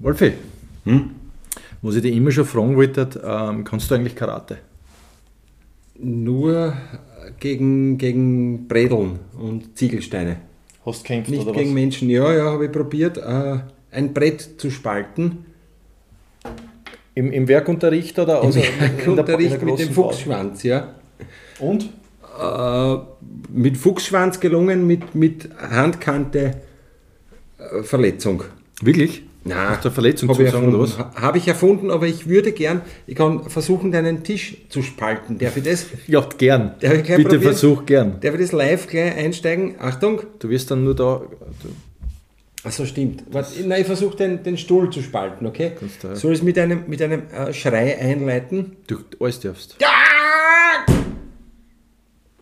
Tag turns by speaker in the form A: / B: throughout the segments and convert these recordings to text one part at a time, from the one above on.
A: Wolfi,
B: Hm?
A: was ich dich immer schon fragen wollte, ähm, kannst du eigentlich Karate?
B: Nur gegen, gegen Bredeln und Ziegelsteine.
C: Hast gekämpft
B: Nicht
C: oder
B: gegen
C: was?
B: Menschen. Ja, ja, habe ich probiert, äh, ein Brett zu spalten.
A: Im, im Werkunterricht oder
B: Also
A: außer- in der- in
B: Unterricht
A: der
B: mit dem
C: großen Pause.
B: Fuchsschwanz, ja.
C: Und?
B: Äh, mit Fuchsschwanz gelungen, mit, mit Handkante äh, Verletzung.
A: Wirklich?
B: Na,
A: Hast du eine Verletzung
B: habe ich,
A: zugezogen, oder was?
B: erfunden. Ha- hab ich erfunden, aber ich würde gern, ich kann versuchen, deinen Tisch zu spalten. Darf ich das,
A: Ja, gern.
B: Darf ich gleich
A: Bitte
B: probieren?
A: versuch gern.
B: darf ich das live gleich einsteigen? Achtung!
A: Du wirst dann nur da. Du,
B: Achso, stimmt. Warte, nein, ich versuche den, den Stuhl zu spalten, okay?
A: Kannst du-
B: Soll ich es mit einem, mit einem äh, Schrei einleiten?
A: du alles darfst.
B: Ja!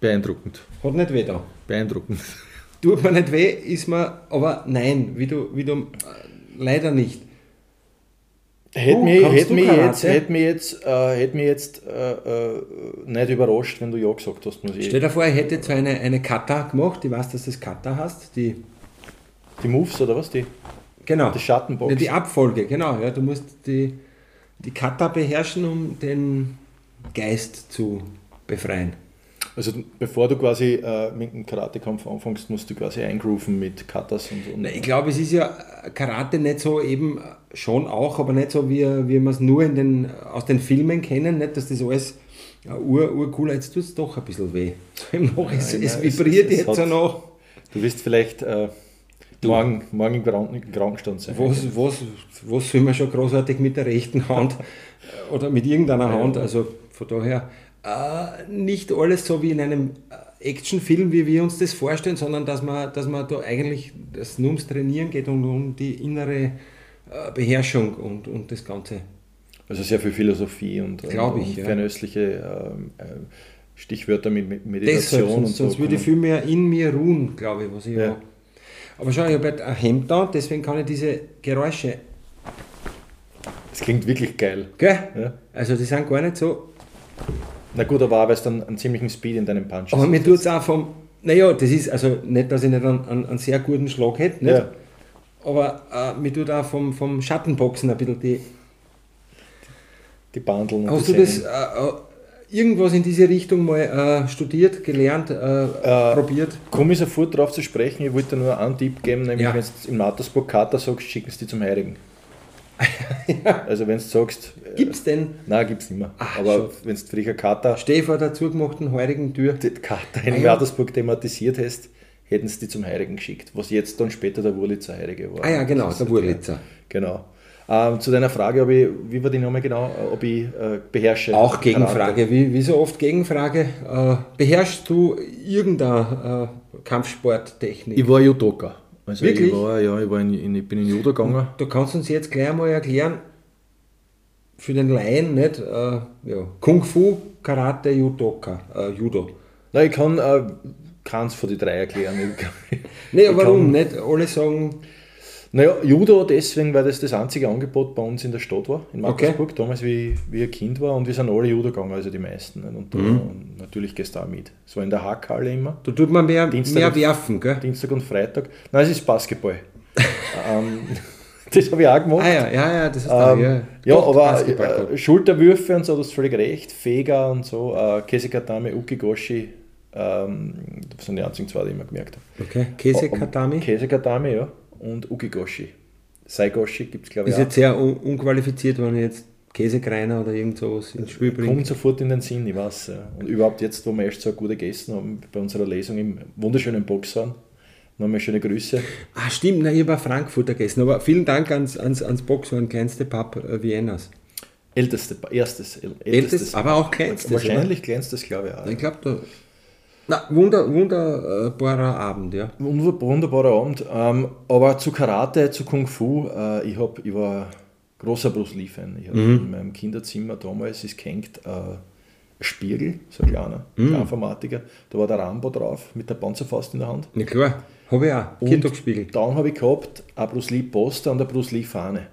A: Beeindruckend.
B: Hat nicht weh da.
A: Beeindruckend.
B: Tut mir nicht weh, ist mir, aber nein, wie du, wie du, äh, leider nicht.
C: Hätte
B: Du,
C: mich,
B: kannst
C: hätt
B: du
C: mich
B: Karate?
C: jetzt, hätt mich jetzt, äh, hätt mich jetzt äh, äh, nicht überrascht, wenn du ja gesagt hast, muss ich.
B: Stell dir vor, ich hätte jetzt so eine, eine Kata gemacht, ich weiß, dass das Kata hast, die,
C: Die Moves oder was? Die,
B: genau,
C: die Schattenbox.
B: ja, die Abfolge, genau, ja, du musst die, die Kata beherrschen, um den Geist zu befreien.
C: also bevor du quasi äh, mit dem Karatekampf anfängst, musst du quasi eingrooven mit Katas und, und
B: Na, Ich glaube, es ist ja äh, Karate nicht so eben äh, schon auch, aber nicht so, wie, wie wir es nur in den, aus den Filmen kennen, nicht, dass das alles ja, ur, urcool jetzt tut es doch ein bisschen weh. So im Loch, es,
C: Nein,
B: es
C: nein,
B: vibriert
C: es- es
B: jetzt
C: hat-
B: noch.
C: Du wirst vielleicht äh, morgen, morgen im Kran- im Krankenstand sein.
B: Was, was, was soll man schon großartig mit der rechten Hand äh, oder mit irgendeiner Hand? Also von daher äh, nicht alles so wie in einem äh, Actionfilm, wie wir uns das vorstellen, sondern dass man, dass man da eigentlich das nur ums Trainieren geht und um die innere äh, Beherrschung und, und das Ganze.
C: Also sehr viel Philosophie und, und,
B: Glaub ich,
C: und
B: ja.
C: fernöstliche ähm, ähm, Stichwörter mit mit Meditation
B: Deshalb,
C: und
B: sonst, sonst würde ich
C: kommen.
B: viel mehr in mir ruhen, glaube ich, was ich
C: Ja.
B: ja. Aber schau, ich habe halt ein Hemd da, deswegen kann ich diese Geräusche.
C: Das klingt wirklich geil.
B: Gell?
C: Ja.
B: Also die sind gar nicht so
C: Na gut, aber auch, weil es dann einen ziemlichen Speed in deinem Punch
B: Aber
C: ist.
B: mir tut es auch vom. Naja, das ist also nicht, dass ich nicht einen, einen, einen sehr guten Schlag hätte, nicht?
C: Ja.
B: aber äh, mir tut auch vom, vom Schattenboxen ein bisschen die.
C: Die Bandeln und
B: Hast
C: die
B: du das
C: Sehnen.
B: äh, äh, irgendwas in diese Richtung mal äh, studiert, gelernt, äh,
C: Äh,
B: probiert?
C: Komm ich sofort drauf zu sprechen, ich wollte dir nur einen Tipp geben, nämlich
B: Ja.
C: wenn du in Mattersburg Kata sagst, schicken sie die zum Heiligen. Also wenn du sagst, äh,
B: Gibt's denn?
C: nein, gibt's nicht mehr.
B: Ach,
C: aber wenn du früher Kata
B: Steh vor der zugemachten heurigen Tür.
C: die Karte in
B: Ah, ja.
C: Mattersburg thematisiert hast, hätten sie die zum Heiligen geschickt, was jetzt dann später der Wurlitzer Heilige war.
B: Ah ja, genau,
C: Das ist
B: der Wurlitzer.
C: Genau. Ähm, zu deiner Frage, ob ich, wie war die Name genau, ob ich äh, beherrsche.
B: Auch
C: Karate.
B: Gegenfrage, wie, wie so oft Gegenfrage. Äh, beherrschst du irgendeine äh, Kampfsporttechnik?
A: Ich war Judoka. Also
B: Wirklich?
A: Ich, war, ja, ich, war in, in, ich bin in Judo
C: Hm.
A: gegangen.
B: Du kannst uns jetzt gleich mal erklären, für den Laien, nicht? Äh, ja. Kung Fu, Karate, Judoka, äh, Judo.
C: Nein, ich kann äh, keins von den drei erklären. Ich kann-
B: Nee,
C: Ich kann-
B: warum nicht? Alle sagen,
C: Naja, Judo deswegen, weil das das einzige Angebot bei uns in der Stadt war, in Magdeburg, damals, wie, wie ich ein Kind war. Und wir sind alle Judo gegangen, also die meisten. nicht? Und, da,
B: Mhm.
C: und natürlich gehst du auch mit. So in der Hackhalle immer.
B: da tut man mehr,
C: Dienstag
B: mehr
C: und-
B: werfen, gell?
C: Dienstag und Freitag. Nein, es ist Basketball. ähm, das habe ich auch gemacht.
B: Ah ja, ja, ja, das ist da,
C: ähm,
B: ja.
C: ja,
B: Doch, Basketball,
C: aber
B: doch.
C: äh, Schulterwürfe und so, du hast völlig recht. Fega und so, äh, Kesikatame, Ukigoshi, ähm, das sind die einzigen zwei, die ich mir gemerkt habe.
B: Okay, Käse Katami.
C: Oh, Kesikatame, ja. Und Ukigoshi. Saigoshi gibt es, glaube ich,
B: Ist jetzt sehr un unqualifiziert, wenn ich jetzt Käsekreiner oder irgend sowas ins Spiel bringe.
C: Kommt sofort in den Sinn, ich weiß. Ja. Und überhaupt jetzt, wo wir erst so gut gegessen haben, bei unserer Lesung im wunderschönen Boxhorn, nochmal schöne Grüße.
B: Ah, stimmt, na, ich habe auch Frankfurter gegessen, aber vielen Dank ans, ans, ans Boxhorn, kleinste Pub äh, Viennas.
C: Älteste, erstes, äl-
B: Ältestes, aber auch kleinstes. oder?
C: Wahrscheinlich kleinstes, glaube ich auch.
B: Ich glaube, da. Na, wunder, wunderbarer Abend, ja.
C: Wunderb- Wunderbarer Abend. Ähm, aber zu Karate, zu Kung Fu, äh, ich, hab, ich war großer Bruce Lee-Fan. Ich habe in meinem Kinderzimmer damals ist gehängt, äh, ein Spiegel, so ein kleiner, Informatiker. Da war der Rambo drauf mit der Panzerfaust in der Hand.
B: Na klar, habe ich auch. Kirchtagsspiegel.
C: Dann habe ich gehabt ein Bruce Lee Poster und eine Bruce Lee Fahne.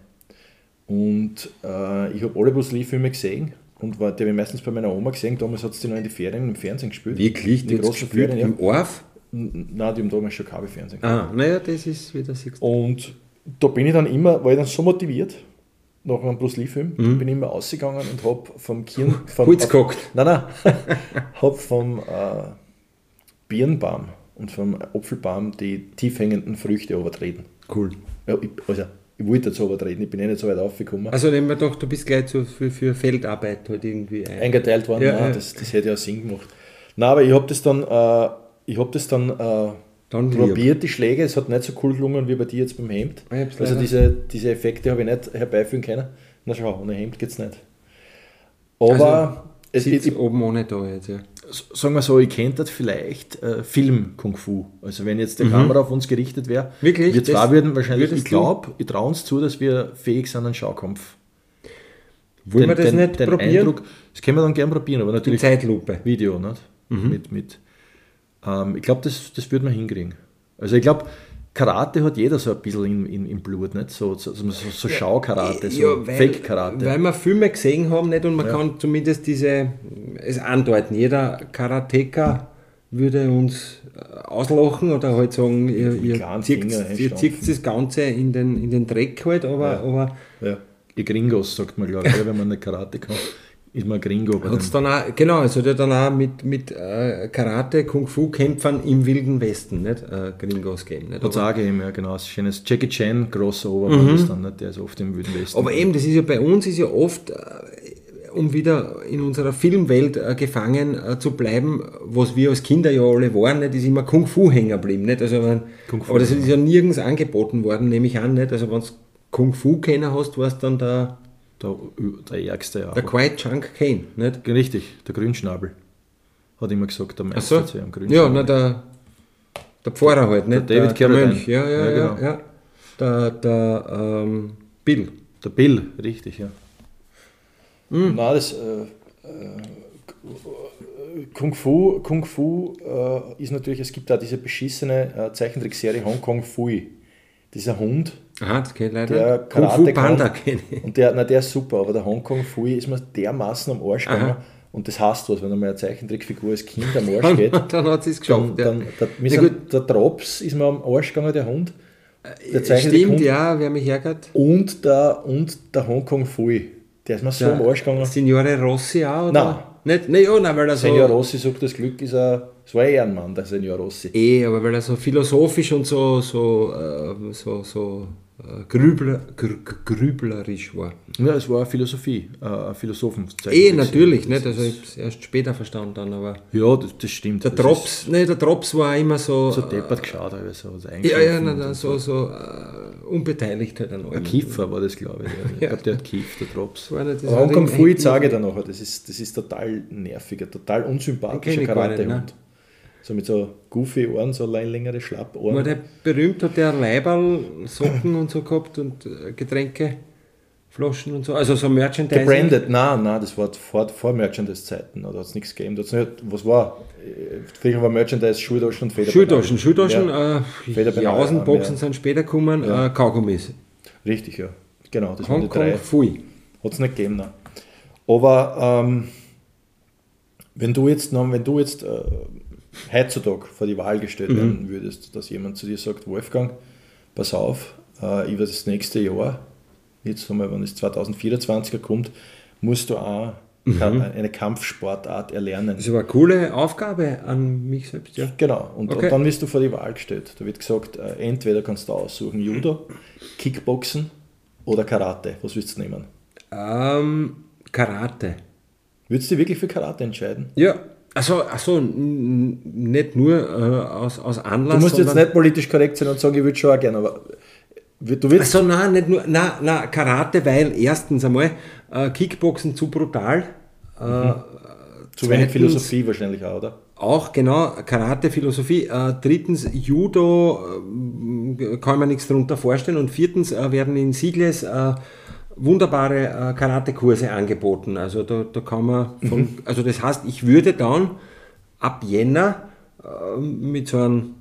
C: Und äh, ich habe alle Bruce Lee Filme gesehen und war, die habe ich meistens bei meiner Oma gesehen. Damals hat sie die noch in die Ferien im Fernsehen gespielt.
B: Wirklich,
C: die
B: die
C: großen
B: große gespielt
C: Ferien, ja.
B: im Orf?
C: N- Nein, die haben damals schon kabelfernsehen.
B: Ah, naja, das ist wieder siehst du.
C: Und da bin ich dann immer, war ich dann so motiviert nach einem Bruce Lee-Film, bin ich immer ausgegangen und hab vom Kirn. Vom,
B: Holz gehackt.
C: Nein, nein. hab vom äh, Birnbaum und vom Apfelbaum die tiefhängenden Früchte übertreten.
B: Cool.
C: Ja, ich, also, ich wollte dazu übertreten, ich bin eh nicht so weit aufgekommen.
B: Also nehmen wir doch, du bist gleich so für, für Feldarbeit halt irgendwie ein.
C: eingeteilt worden.
B: Ja,
C: Nein,
B: ja.
C: Das, das hätte ja Sinn gemacht. Nein, aber ich habe das dann, äh, ich hab das dann, äh,
B: Dann
C: probiert, die Schläge. Es hat nicht so cool gelungen wie bei dir jetzt beim Hemd.
B: Ich hab's
C: Also
B: leider-
C: diese, diese Effekte habe ich nicht herbeiführen können. Na schau, ohne Hemd geht es nicht.
B: Also,
C: Aber es, um
B: Sitzt
C: ich, ich,
B: oben ohne da jetzt, ja.
C: sagen wir so, ihr kennt das vielleicht äh, Film-Kung-Fu. Also wenn jetzt die Kamera auf uns gerichtet wäre,
B: Wirklich?
C: wir zwei
B: Das-
C: würden wahrscheinlich,
B: würdest
C: ich glaube, ich traue uns zu, dass wir fähig sind, einen Schaukampf.
B: Wollen wir das nicht probieren?
C: Eindruck, das können wir dann gerne probieren, aber
B: In
C: natürlich
B: Zeitlupe.
C: Video, nicht?
B: Mhm.
C: Mit, mit. Ähm, ich glaube, das, das wird man hinkriegen. Also ich glaube, Karate hat jeder so ein bisschen in, in, im Blut, nicht? So, so, so, so Schau-Karate, so
B: Äh, weil-
C: Fake-Karate.
B: Weil wir Filme gesehen haben nicht und man kann zumindest diese, es andeuten, jeder Karateka würde uns äh, auslachen oder halt sagen, ihr,
C: Mit
B: ihr,
C: kleinen
B: zieht,
C: Finger
B: ihr zieht
C: einstampfen.
B: das Ganze in den, in den Dreck halt, aber, aber
C: Ja. Die Gringos, sagt man, glaube ich, gell? wenn man nicht Karate kann, ist man ein Gringo. Bei
B: Hat's
C: dem.
B: dann auch, genau, es hat ja dann auch mit, mit äh, Karate, Kung-Fu-Kämpfern im Wilden Westen, nicht? Äh, Gringos gegeben, nicht?
C: Hat's
B: Aber,
C: auch gegeben, ja genau. Das ist ein schönes Jackie Chan Crossover war das dann, nicht? der ist oft im Wilden Westen.
B: Mhm. aber eh- eben, das ist ja bei uns, ist ja oft, äh, um wieder in unserer Filmwelt äh, gefangen äh, zu bleiben, was wir als Kinder ja alle waren, nicht? Ist immer Kung-Fu hängen geblieben, nicht? Also, wenn,
C: Kung Fu,
B: aber das ist ja nirgends angeboten worden, nehme ich an, nicht? Also, wenn du Kung-Fu-Kenner hast, warst dann der,
C: der, äh, der Ärgste, ja.
B: der Quiet Chunk Kane, nicht?
C: Richtig, der Grünschnabel. Hat immer gesagt, der
B: Ach so.
C: Meister zu ihrem
B: Ja,
C: Grünschnabel.
B: na, der, der Pfarrer halt, nicht?
C: David
B: der
C: Carradine.
B: Mönch, ja, ja,
C: Ja,
B: ja.
C: genau.
B: ja. Der, der ähm, Bill.
C: Der Bill, richtig, ja.
B: Hm.
C: Na, das äh, äh, Kung Fu, Kung Fu äh, ist natürlich, es gibt da diese beschissene äh, Zeichentrickserie Hong Kong Fui. Dieser Hund,
B: Aha, das kennt leider.
C: der
B: Kung Fu
C: kann.
B: Panda kenne ich.
C: Und der, na, der ist super, aber der Hong Kong Fui ist mir dermaßen am Arsch gegangen. Und das hasst was, wenn einmal eine Zeichentrickfigur als Kind am Arsch geht.
B: Dann hat sie es
C: Dann,
B: geschafft. ja.
C: dann, der, mir
B: Ja, Äh,
C: sind- der Drops ist mir am Arsch gegangen, der Hund. Der Zeichentrick-Hund.
B: Stimmt, ja, wer mich ärgert.
C: Und der, und der Hong Kong Fui. Der ist mir so am Arsch gegangen.
B: Signore Rossi auch, oder? Nein. Nicht, nein, ja, nein, weil er so.
C: Senior Rossi sagt, das Glück ist ein, es war eh ein Mann, der Senior Rossi.
B: Eh, aber weil er so philosophisch und so, so, äh, so, so äh, grübler, gr, gr- grüblerisch war.
C: Ja, es war eine Philosophie, äh, ein Philosophen.
B: Eh, natürlich, nicht? Also ich hab's erst später verstanden dann, aber.
C: Ja, das, das stimmt.
B: Der
C: das ist
B: Drops, nee, der Drops war immer so.
C: So deppert geschaut, also, also
B: äh, ja, ja, na, na, so, so äh, unbeteiligt halt an allem.
C: Kiefer war das, glaube ich. Ja. Ich glaube, der hat Kief, der Drops.
B: war nicht- das
C: Aber
B: war
C: Hong Kong
B: den-
C: Fui zeige ich dir nachher, das ist, das ist total nerviger, total unsympathischer
B: Den kenn ich gar nicht, ne?
C: Karatehund. So mit so goofy Ohren, so allein längere Schlappohren.
B: War der berühmt, hat der Leiberl, Socken und so gehabt und äh, Getränke, Flaschen und so. Also so Merchandise.
C: Gebrandet, nein, nein, das war vor, vor Merchandise-Zeiten, oder hat es nichts gegeben. Da hat's nicht, was war? Äh, Früher war Merchandise, Schultaschen und Federbeine.
B: Schultaschen, Schultaschen,
C: Ja,
B: äh,
C: Federbeine,
B: Jausenboxen
C: ja.
B: sind später gekommen, äh, Kaugummis.
C: Richtig, ja. Genau, das waren die
B: Hongkong,
C: drei.
B: Fui.
C: Hat es nicht gegeben, nein. Aber ähm, wenn du jetzt, noch, wenn du jetzt äh, heutzutage vor die Wahl gestellt werden würdest, dass jemand zu dir sagt, Wolfgang, pass auf, äh, über das nächste Jahr, jetzt einmal, wenn es 2024er kommt, musst du auch Ka- eine Kampfsportart erlernen.
B: Das war eine coole Aufgabe an mich selbst, ja.
C: Genau, und
B: Okay.
C: dann wirst du vor die Wahl gestellt. Da wird gesagt, äh, entweder kannst du aussuchen Judo, Kickboxen oder Karate. Was willst du nehmen?
B: Ähm, Karate.
C: Würdest du dich wirklich für Karate entscheiden?
B: Ja, also, also n- nicht nur äh, aus, aus Anlass.
C: Du musst jetzt
B: sondern-
C: nicht politisch korrekt sein und sagen, ich würde schon auch gerne, aber w- du willst.
B: Also nein, nicht nur, nein, nein, Karate, weil erstens einmal äh, Kickboxen zu brutal.
C: Mhm.
B: Äh,
C: zu wenig
B: Also, zweitens
C: Philosophie wahrscheinlich auch, oder?
B: Auch genau, Karate, Philosophie. Äh, drittens, Judo, äh, kann man nichts darunter vorstellen. Und viertens äh, werden in Sigles äh, wunderbare äh, Karatekurse angeboten. Also da, da kann man von, also das heißt, ich würde dann ab Jänner äh, mit so einem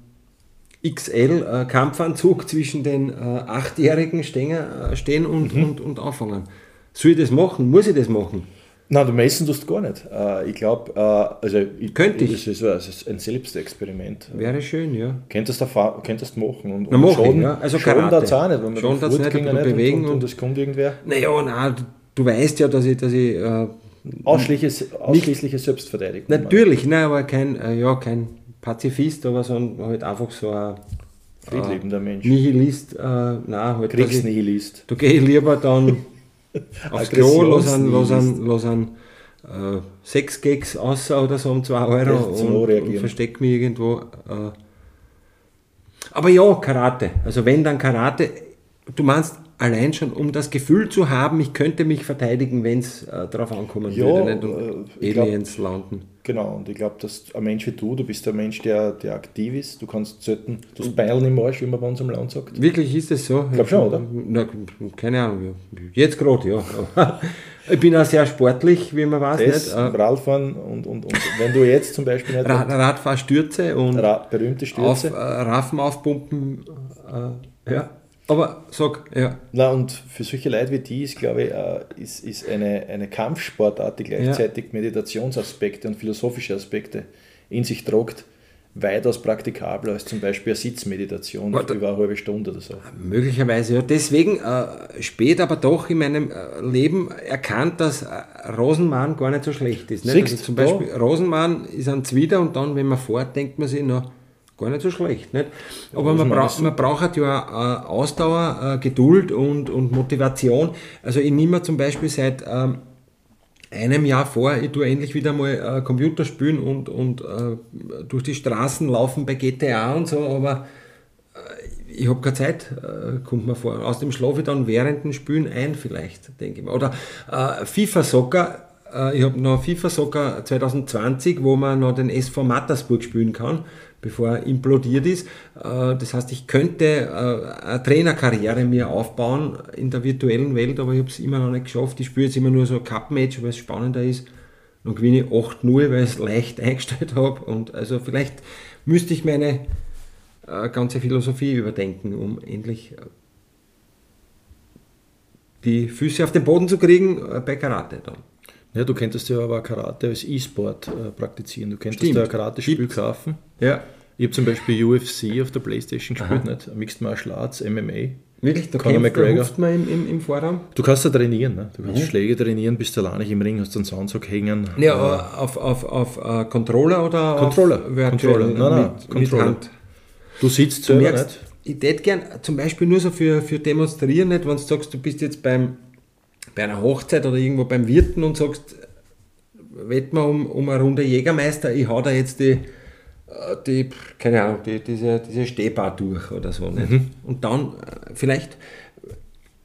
B: XL-Kampfanzug zwischen den äh, Mhm. Achtjährigen Stänger, äh, stehen und, und, und anfangen. Soll ich das machen? Muss ich das machen?
C: Nein, du messen tust du gar nicht. Äh, ich glaube, äh, also ich,
B: Könnte ich.
C: Das ist, das ist ein Selbstexperiment.
B: Wäre schön, ja.
C: Könntest du erfahr- könntest machen und,
B: Na,
C: und
B: mach ich,
C: schaden,
B: ja. Also
C: schaden
B: Karate.
C: tat's auch nicht, wenn man
B: Schaden
C: den
B: tat's
C: Furt
B: nicht,
C: ging ja
B: aber
C: nicht
B: bewegen
C: und, und,
B: und-
C: und es kommt irgendwer.
B: Naja, nein, du, du weißt ja, dass ich, dass ich äh,
C: Ausschließliche, ausschließliche Selbstverteidigung.
B: natürlich, nein, aber kein, äh, ja, kein Pazifist, aber so ein, halt einfach so ein Ah.
C: Friedliebender Mensch.
B: Nihilist, äh, nein, halt, dass ich-
C: Kriegsnihilist.
B: Da gehe ich lieber dann aufs Klo, los an, los an, los an äh, sechs Gags außer oder so um 2 Euro
C: Echt, zum
B: und,
C: Anreagieren.
B: und versteck mich irgendwo. Äh. Aber ja, Karate. Also wenn dann Karate, du meinst allein schon, um das Gefühl zu haben, ich könnte mich verteidigen, wenn es äh, drauf ankommen
C: Ja,
B: würde, nicht um
C: äh, ich glaub-
B: Aliens landen.
C: Genau, und ich glaube, dass ein Mensch wie du, du bist ein Mensch, der, der aktiv ist, du kannst selten, du
B: Mhm.
C: hast Beilen im Arsch, wie man bei uns im Land sagt.
B: Wirklich ist es so?
C: Glaub schon, oder?
B: Na, keine Ahnung. ja. Jetzt gerade, ja. ich bin auch sehr sportlich, wie man weiß.
C: Das,
B: nicht? Äh,
C: Radfahren und, und, und wenn du jetzt zum Beispiel nicht
B: Ra- Radfahrstürze und
C: Ra berühmte
B: auf,
C: Stürze.
B: äh, Raffen aufpumpen. Äh, ja. Aber sag, ja.
C: Na, und für solche Leute wie die ist, glaube ich, äh, ist, ist eine, eine Kampfsportart, die gleichzeitig Meditationsaspekte und philosophische Aspekte in sich trägt, weitaus praktikabler als zum Beispiel eine Sitzmeditation
B: Warte.
C: über eine halbe Stunde oder so.
B: Möglicherweise, ja. Deswegen äh, spät aber doch in meinem äh, Leben erkannt, dass äh, Rosenmann gar nicht so schlecht ist. Nicht?
C: Siehst
B: Also zum
C: du?
B: Beispiel Rosenmann ist ein Zwider und dann, wenn man fährt, denkt man sich, na, gar nicht so schlecht. Nicht? Aber man,
C: Rosenmann
B: braucht
C: ist
B: man braucht ja äh, Ausdauer, äh, Geduld und, und Motivation. Also ich nehme mir zum Beispiel seit... Ähm, einem Jahr vor, ich tue endlich wieder mal äh, Computer spielen und, und äh, durch die Straßen laufen bei GTA und so, aber äh, ich habe keine Zeit, äh, kommt mir vor. Aus dem schlafe ich dann während dem Spielen ein, vielleicht, denke ich mal. Oder äh, FIFA Soccer, äh, ich habe noch FIFA Soccer 2020, wo man noch den SV Mattersburg spielen kann, bevor er implodiert ist. Äh, das heißt, ich könnte äh, eine Trainerkarriere mir aufbauen in der virtuellen Welt, aber ich habe es immer noch nicht geschafft. Ich spiele jetzt immer nur so ein Cup-Match, weil es spannender ist. Dann gewinne ich 8-0, weil ich es leicht eingestellt habe. Und also vielleicht müsste ich meine äh, ganze Philosophie überdenken, um endlich äh, die Füße auf den Boden zu kriegen äh, bei Karate dann.
C: Ja, du könntest ja aber Karate als E-Sport äh, praktizieren. Du könntest
B: Stimmt.
C: ja ein Karate-Spiel kaufen.
B: Ja,
C: Ich habe zum Beispiel UFC auf der Playstation gespielt, nicht? Mixed Martial Arts, MMA.
B: wirklich, da
C: Conor McGregor.
B: kämpft McGregor. ruft man im, im, im Vorraum.
C: Du kannst ja trainieren, ne? du kannst Schläge trainieren, bist alleine im Ring, hast einen Soundsack hängen.
B: Mhm. Ja, aber auf, auf, auf äh, Controller oder
C: Controller,
B: auf Virtual
C: Controller, nein, nein,
B: mit,
C: Controller.
B: mit Hand?
C: Du sitzt
B: Du
C: selber
B: merkst,
C: nicht.
B: ich tät gern zum Beispiel nur so für, für demonstrieren, nicht, wenn du sagst, du bist jetzt beim, bei einer Hochzeit oder irgendwo beim Wirten und sagst, wetten wir um, um eine Runde Jägermeister, ich hau da jetzt die, äh, die pff, keine Ahnung, die, diese, diese Stehbar durch oder so. Nicht?
C: Mhm.
B: Und dann äh, vielleicht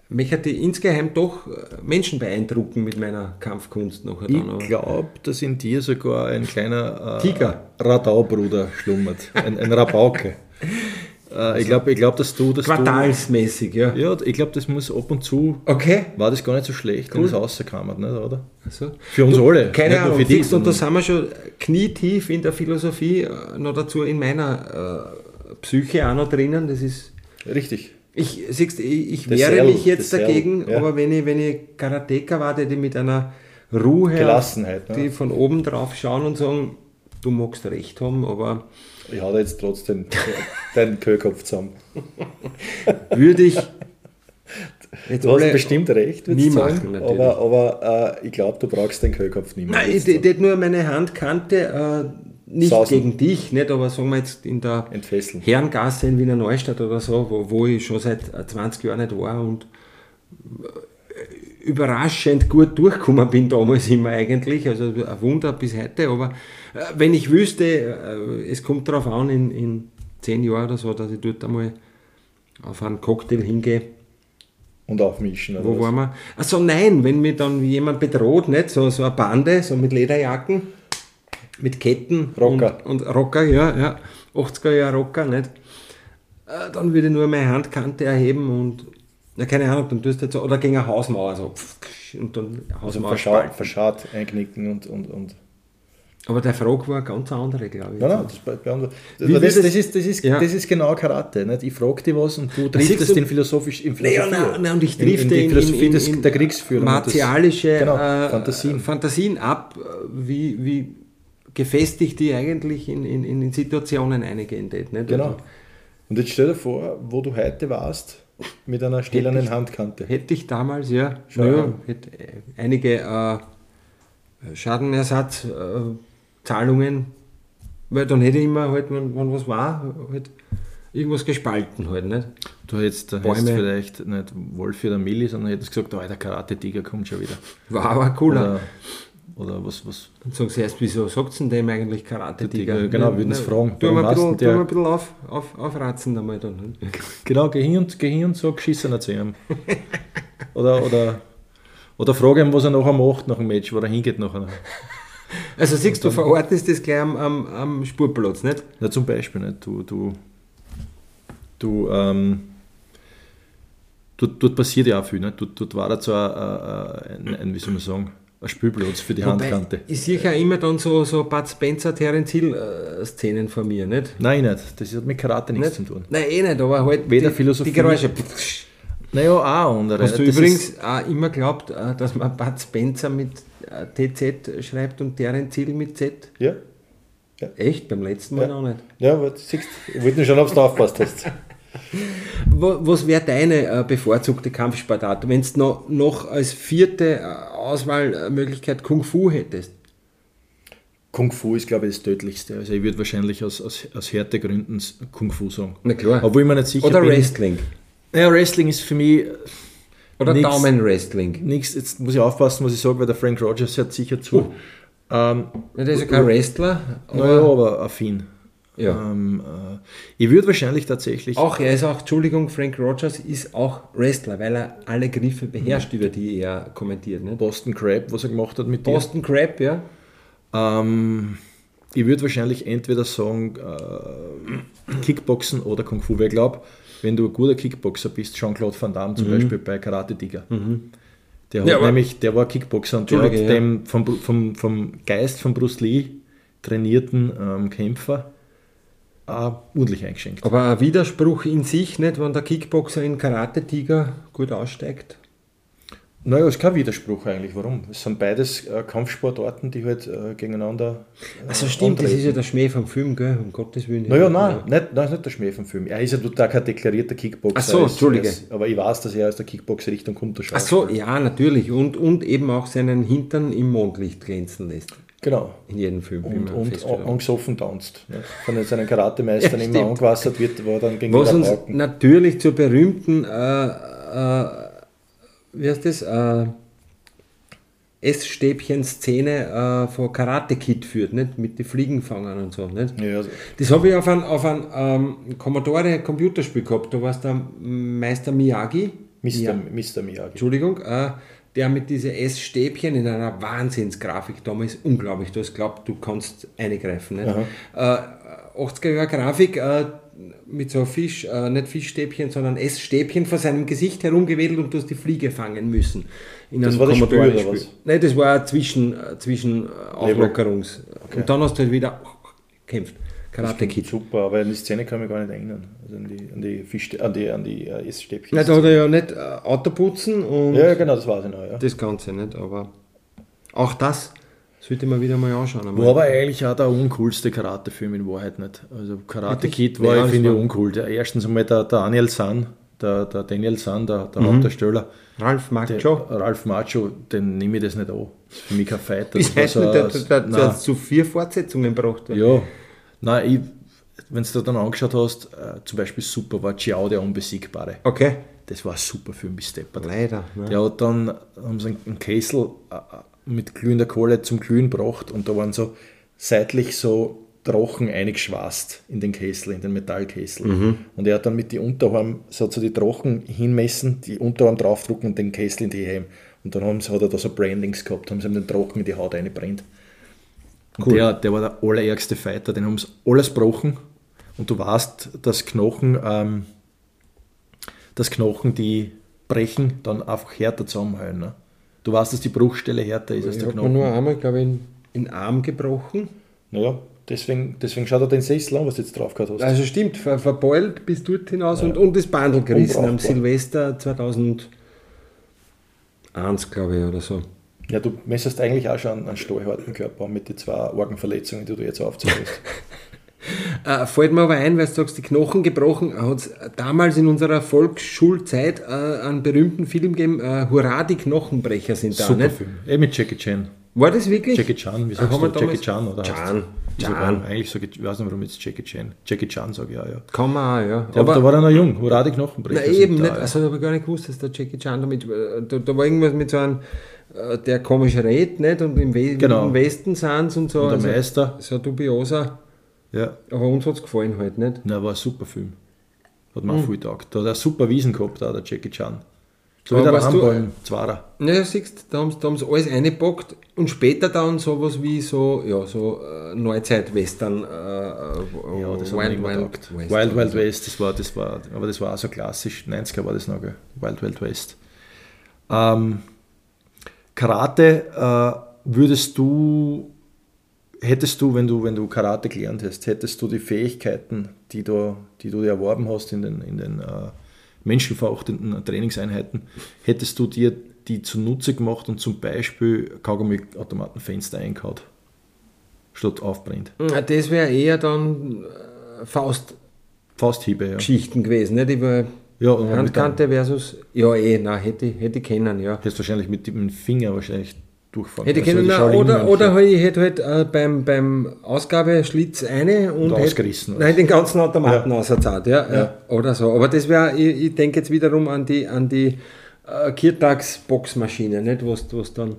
B: möchte ich insgeheim doch äh, Menschen beeindrucken mit meiner Kampfkunst noch. Dann, aber-
C: Ich glaube, dass in dir sogar ein kleiner äh,
B: Tiger.
C: Radaubruder schlummert, ein, ein Rabauke. äh, ich glaube, ich glaub, dass du das.
B: quartalsmäßig, ja.
C: Du, ja, ich glaube, das muss ab und zu.
B: Okay.
C: War das gar nicht so schlecht, wenn das rausgekommen, nicht, oder?
B: Also,
C: Für uns alle.
B: Keine
C: nicht nur
B: Ahnung,
C: für dich,
B: fix, und da
C: sondern-
B: sind wir schon knietief in der Philosophie, äh, noch dazu in meiner äh, Psyche auch noch drinnen. Das ist,
C: Richtig.
B: ich, siehst, ich, ich
C: Das
B: wehre
C: Sell,
B: mich jetzt
C: das Sell,
B: dagegen,
C: ja.
B: aber wenn ich, wenn ich Karateka war, die mit einer Ruhe,
C: Gelassenheit,
B: die
C: ne?
B: von oben drauf schauen und sagen, du magst recht haben, aber
C: Ich hau da jetzt trotzdem deinen Köhlkopf zusammen.
B: würde ich jetzt
C: Du hast
B: alle-
C: bestimmt recht, würdest
B: nie
C: du
B: machen, natürlich.
C: aber, aber äh, ich glaube, du brauchst den Köhlkopf nicht mehr.
B: Nein, ich
C: würdest du
B: ich tät nur meine Handkante, äh, nicht
C: Sausen.
B: gegen dich, nicht, aber sagen wir jetzt in der
C: Entfesseln.
B: Herrengasse in Wiener Neustadt oder so, wo, wo ich schon seit äh, 20 Jahren nicht war und äh, überraschend gut durchgekommen bin damals immer eigentlich. Also ein Wunder bis heute, aber äh, wenn ich wüsste, äh, es kommt darauf an, in, in 10 Jahren oder so, dass ich dort einmal auf einen Cocktail hingehe.
C: Und aufmischen.
B: Wo waren wir? Also nein, wenn mich dann jemand bedroht, nicht? So, so eine Bande, so mit Lederjacken, mit Ketten.
C: Rocker.
B: Und, und Rocker, ja, ja. 80er Jahre Rocker, nicht? Äh, Dann würde ich nur meine Handkante erheben und, na keine Ahnung, dann tust du jetzt so, oder gegen eine Hausmauer so. Und dann
C: Also
B: Hausmauer
C: verscharrt,
B: spalten.
C: verscharrt einknicken und, und, und
B: Aber der Frage war eine ganz andere, glaube ich.
D: Nein, nein, das, be- beantwortet-
B: Wie
D: Also, das,
B: wird
D: das, ist, das, ist,
B: Ja.
D: das ist genau Karate. Nicht? Ich frage dich was und du
B: siehst
D: triffst
B: du-
D: es den philosophisch in
B: Nee,
D: Philosophie.
B: nein, nein, und ich
D: in, in
B: drifte
D: die
B: in, in,
D: Philosophie
B: in,
D: des,
B: in
D: der Kriegsführung. und das-
B: martialische
D: genau,
B: äh,
D: Fantasien.
B: Fantasien ab, äh, wie, wie gefestigt die eigentlich in, in, in Situationen eingehen. Nicht?
D: Genau.
B: Also,
D: Und jetzt stell dir vor, wo du heute warst, mit einer stählernen Handkante.
B: hätte ich damals, ja,
D: Schau
B: ja
D: an.
B: hätte äh, einige äh, Schadenersatzzahlungen, äh, Zahlungen, weil dann hätte ich immer halt, wenn, wenn was war, halt irgendwas gespalten halt, nicht?
C: Du hättest, da
B: Bäume.
C: hättest vielleicht nicht Wolf oder Milli, sondern hättest gesagt, oh, der Karate-Tiger kommt schon wieder.
B: War aber cooler.
C: Oder, oder was, was.
B: Dann sagen sie erst, wieso sagt denn dem eigentlich Karate-Tiger?
C: Tiger, genau,
B: Na,
C: würden sie
B: na,
C: fragen,
B: Tun
C: warum
B: wir ein
C: heißt
B: bisschen,
C: denn der?
B: tun wir ein bisschen auf, auf, aufratzen einmal dann.
C: Genau, geh hin und, geh hin und sag, Schissener zu ihm. Oder, oder, oder frage ihn, was er nachher macht nach dem Match, wo er hingeht nachher.
B: Also siehst du, verortest das gleich am, am, am Spurplatz, nicht?
C: Na, zum Beispiel, nicht? du, du, du, ähm, dort, dort passiert ja auch viel, nicht? Dort, dort war er zwar äh, äh, ein, ein, wie soll man sagen, ein Spielplatz für die Handkante.
B: Ich sehe ja immer dann so, so Bud Spencer, Terence Hill-Szenen von mir, nicht?
C: Nein, nicht, das hat mit Karate nichts zu tun.
B: Nein, eh nicht, aber halt
C: Weder
B: die,
C: Philosophie-
B: die Geräusche.
C: Naja, auch andere.
B: Hast du
C: Das
B: übrigens
C: ist-
B: auch immer glaubt, dass man Bud Spencer mit äh, TZ schreibt und Terence Hill mit Z?
D: Ja?
B: Echt? Beim letzten Mal
D: Ja.
B: noch nicht.
D: Ja, aber du siehst, ich wollte nur schauen, ob du aufpasst hast.
B: Wo- Was wäre deine äh, bevorzugte Kampfsportart, wenn du noch, noch als vierte äh, Auswahlmöglichkeit Kung Fu hättest?
C: Kung Fu ist, glaube ich, das Tödlichste. Also ich würde wahrscheinlich aus, aus, aus Härtegründen s- Kung Fu sagen.
B: Na klar.
C: Obwohl ich mir nicht sicher
B: Oder
C: bin.
B: Wrestling.
C: Naja, Wrestling ist für mich
B: Oder
C: Nix.
B: Daumen-Wrestling.
C: nichts. Jetzt muss ich aufpassen, was ich sage, weil der Frank Rogers hört sicher zu.
D: Oh.
C: Ähm,
B: Ja, Der ist ja kein Wrestler.
C: naja,
B: aber-
C: aber affin.
B: ja.
C: Ähm, äh, ich würde wahrscheinlich tatsächlich.
B: Auch er ist auch, Entschuldigung, Frank Rogers ist auch Wrestler, weil er alle Griffe beherrscht, über die er kommentiert. Ne?
C: Boston Crab, was er gemacht hat mit dir.
B: Boston Crab, ja.
C: Ähm, ich würde wahrscheinlich entweder sagen äh, Kickboxen oder Kung Fu, weil ich glaube, wenn du ein guter Kickboxer bist, Jean-Claude Van Damme
B: Mhm.
C: zum Beispiel bei Karate Tiger. Der, hat
B: Ja, aber-
C: nämlich, der war Kickboxer und der hat
B: Entschuldige, Mhm. ja.
C: dem vom, Bru- vom, vom Geist von Bruce Lee trainierten ähm, Kämpfer äh, ordentlich eingeschenkt.
B: Aber ein Widerspruch in sich, nicht, wenn der Kickboxer in Karate-Tiger gut aussteigt.
D: Naja, ist kein Widerspruch eigentlich. Warum? Es sind beides äh, Kampfsportarten, die halt äh, gegeneinander. Äh,
B: Also stimmt, das
D: antreten.
B: ist ja der Schmäh vom Film, gell? Um Gottes Willen.
D: Naja, nein, nicht, nein, ist nicht der Schmäh vom Film. Er ist ja total kein deklarierter Kickboxer.
B: Ach so,
D: Er ist-
B: Entschuldige.
D: er ist- Aber ich weiß, dass er aus der Kickbox-Richtung kommt. der
B: Ach
D: Schauspieler.
B: so, ja, natürlich. Und, und eben auch seinen Hintern im Mondlicht glänzen lässt.
D: Genau.
B: In jedem Film.
D: Und,
B: immer
D: und
B: feststellt.
D: an- angesoffen tanzt. Ne? Von seinen Karatemeistern
B: Ja,
D: immer
B: stimmt.
D: angewassert wird, wo er dann gegen
B: Was
D: den
B: uns
D: Pauken-
B: natürlich zur berühmten, äh, äh, wie heißt das, äh, Essstäbchen-Szene äh, von Karate Kid führt, nicht? Mit den Fliegenfangern und so, nicht?
D: Ja, also,
B: Das habe ich auf einem auf ein, ähm, Commodore Computerspiel gehabt. Da war es der Meister Miyagi.
D: Mr.
B: Ja.
D: Mr. Miyagi.
B: Entschuldigung, äh, der mit diesen S-Stäbchen in einer Wahnsinnsgrafik damals, unglaublich, du hast glaubt, du kannst eingreifen. Nicht? Äh, 80er Jahre Grafik äh, mit so Fisch, äh, nicht Fischstäbchen, sondern S-Stäbchen vor seinem Gesicht herumgewedelt und du hast die Fliege fangen müssen. In
D: Das
B: einem
D: war das Spiel,
B: Commodore-Spiel.
D: oder was?
B: Nein, das war ein zwischen, äh, zwischen äh, Auflockerungs. Und dann hast du halt wieder gekämpft. Karate Kid.
D: Super, aber an die Szene kann ich mich gar nicht erinnern. Also an die, an die, Fischste an die, an die äh, Essstäbchen.
B: Nein, da hat er ja nicht äh, Auto putzen und
D: ja, genau, das weiß ich noch. Ja.
B: das Ganze nicht, aber auch das sollte man wieder mal anschauen. einmal.
C: War aber eigentlich auch der uncoolste Karate-Film in Wahrheit nicht. Also Karate Kid war,
B: Ja,
C: ich
B: das
C: finde,
B: war-
C: uncool. Der, erstens einmal der, der Daniel San, der, der Daniel San, der, der Hauptdarsteller,
B: Ralf
C: der
B: Mhm. Macho
C: Ralf Macho, den nehme ich das nicht an. Das ist für mich kein Fight. Das
B: ist nicht,
C: war so
B: der, der,
C: ein-
B: der,
C: nein,
B: der zu vier Fortsetzungen braucht.
C: ja. Nein, wenn du dir dann angeschaut hast, äh, zum Beispiel super war Ciao, der Unbesiegbare.
B: Okay.
C: Das war ein super Film bis Deppert.
B: Leider. Ne?
C: Der hat dann, haben sie einen Kessel äh, mit glühender Kohle zum Glühen gebracht und da waren so seitlich so Trochen eingeschwast in den Kessel, in den Metallkessel. Und er hat dann mit die Unterarm, so hat so die Trochen hinmessen, die Unterarm draufdrucken und den Kessel in die Heim. Und dann haben sie, hat er da so Brandings gehabt, haben sie ihm den Trochen in die Haut eingebrennt. Und
B: Cool.
C: der, der war der allerärgste Fighter, den haben sie alles gebrochen. Und du weißt, dass Knochen, ähm, dass Knochen, die brechen, dann einfach härter zusammenhalten. Ne? Du weißt, dass die Bruchstelle härter ist als
B: Ich
C: der
B: habe mir nur
C: Knochen.
B: einmal, glaube ich, in, in Arm gebrochen.
C: Naja, deswegen, deswegen schaut er den Sessel an, was du jetzt drauf gehabt hast.
B: Also stimmt, ver verbeult bis dort hinaus und, und das Bandel gerissen am
C: Unbrauchbar.
B: Silvester 2001, glaube ich, oder so.
C: Ja, du müsstest eigentlich auch schon einen, einen stahlharten Körper mit den zwei Organverletzungen, die du jetzt aufzählst.
B: Äh, fällt mir aber ein, weil du sagst, die Knochen gebrochen, hat es damals in unserer Volksschulzeit äh, einen berühmten Film gegeben, äh, Hurra, die Knochenbrecher sind da,
C: Super
B: ne?
C: Film. Eh mit Jackie Chan.
B: War das wirklich? Ah,
C: Jackie Chan, wie sagst
B: haben wir
C: du? Jackie
B: damals-
C: Chan oder heißt-
B: Chan.
C: Wieso
B: Chan.
C: warum? Eigentlich sage ich, ich weiß nicht, warum jetzt Jackie Chan. Jackie Chan sage ich auch, ja.
B: Kann man auch, ja.
C: Der, aber da war er noch jung, hurra die Knochenbrecher.
B: Na
C: sind
B: eben,
C: da,
B: nicht,
C: ja.
B: also habe ich gar nicht gewusst, dass der Jackie Chan damit, äh, da, da war irgendwas mit so einem, äh, der komisch redet, nicht, und im, We
C: Genau.
B: im Westen sind und so.
C: Und der
B: also,
C: Meister,
B: so ein dubioser,
C: ja.
B: aber uns hat es gefallen halt nicht.
C: Na, war ein super Film. Hat
B: Hm.
C: mir auch viel getaugt. Da hat er super Wiesen gehabt, auch, der Jackie Chan. So wie
B: Aber
C: der
B: weißt du-
C: Rambo im Zwarer.
B: Naja, siehst da haben sie da haben's alles eingepackt und später dann sowas wie so, ja, so äh, Neuzeit-Western, äh, äh,
C: Ja, das hat mir
B: Wild
C: immer
B: Wild
C: getaugt.
B: West.
C: Wild Wild West, das war, das war, aber das war auch so klassisch. 90er war das noch, gell? Wild Wild West. Ähm, Karate äh, würdest du, hättest du, wenn du, wenn du Karate gelernt hast, hättest du die Fähigkeiten, die du, die du dir erworben hast in den, in den äh, menschenverachtenden Trainingseinheiten, hättest du dir die zunutze gemacht und zum Beispiel Kaugummi-Automatenfenster eingehaut, statt aufbrennt.
B: Na, Hm, Das wäre eher dann äh, Faustgeschichten
C: Fausthiebe, ja.
B: gewesen, ne? die war
C: Ja, und mit der-
B: Handkante versus, ja eh, nein, hätte, ich- hätte ich kennen, ja.
C: Hättest wahrscheinlich mit dem Finger wahrscheinlich durchfahren Also
B: Hätte ich können,
C: die
B: nein,
C: Shaolin
B: oder,
C: Mönche.
B: oder Also halt, ich hätte halt äh, beim, beim Ausgabeschlitz eine
C: Und
B: und, hätte,
C: ausgerissen, oder?
B: Nein, den ganzen Automaten ja. auserzahlt, ja, ja. Oder so. Aber das wäre, ich, ich denke jetzt wiederum an die, an die äh, Kirtags-Boxmaschine, nicht? Was, was dann.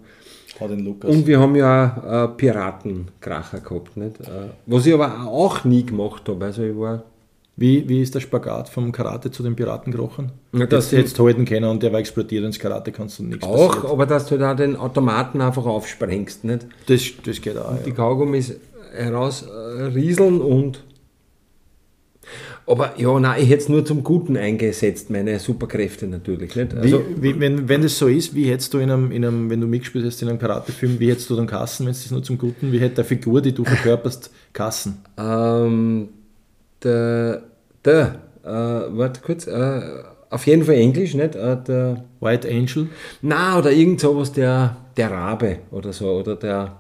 C: Hau den Lukas.
B: Und wir haben ja auch, äh, Piratenkracher gehabt, nicht? Äh, was ich aber auch nie gemacht habe. Also ich war.
C: wie, wie ist der Spagat vom Karate zu den Piraten gerochen?
B: Na,
C: dass
B: das-
C: du jetzt halten können und der war explodiert ins Karate kannst du nichts
B: Auch,
C: passiert.
B: aber dass du da den Automaten einfach aufsprengst, nicht?
C: Das, das geht auch.
B: die
C: Ja.
B: Kaugummis herausrieseln und. Aber ja, nein, ich hätte es nur zum Guten eingesetzt, meine Superkräfte natürlich. Nicht? Also,
C: wie, wie, wenn, wenn das so ist, wie hättest du in einem, in einem wenn du mitgespielt hast in einem Karatefilm, wie hättest du dann Kassen, wenn es das nur zum Guten, wie hätte der Figur, die du verkörperst, Kassen?
B: ähm, der, der äh, warte kurz, äh, auf jeden Fall Englisch, nicht? Äh, der,
C: White Angel,
B: na, oder irgend sowas, der, der Rabe oder so, oder der.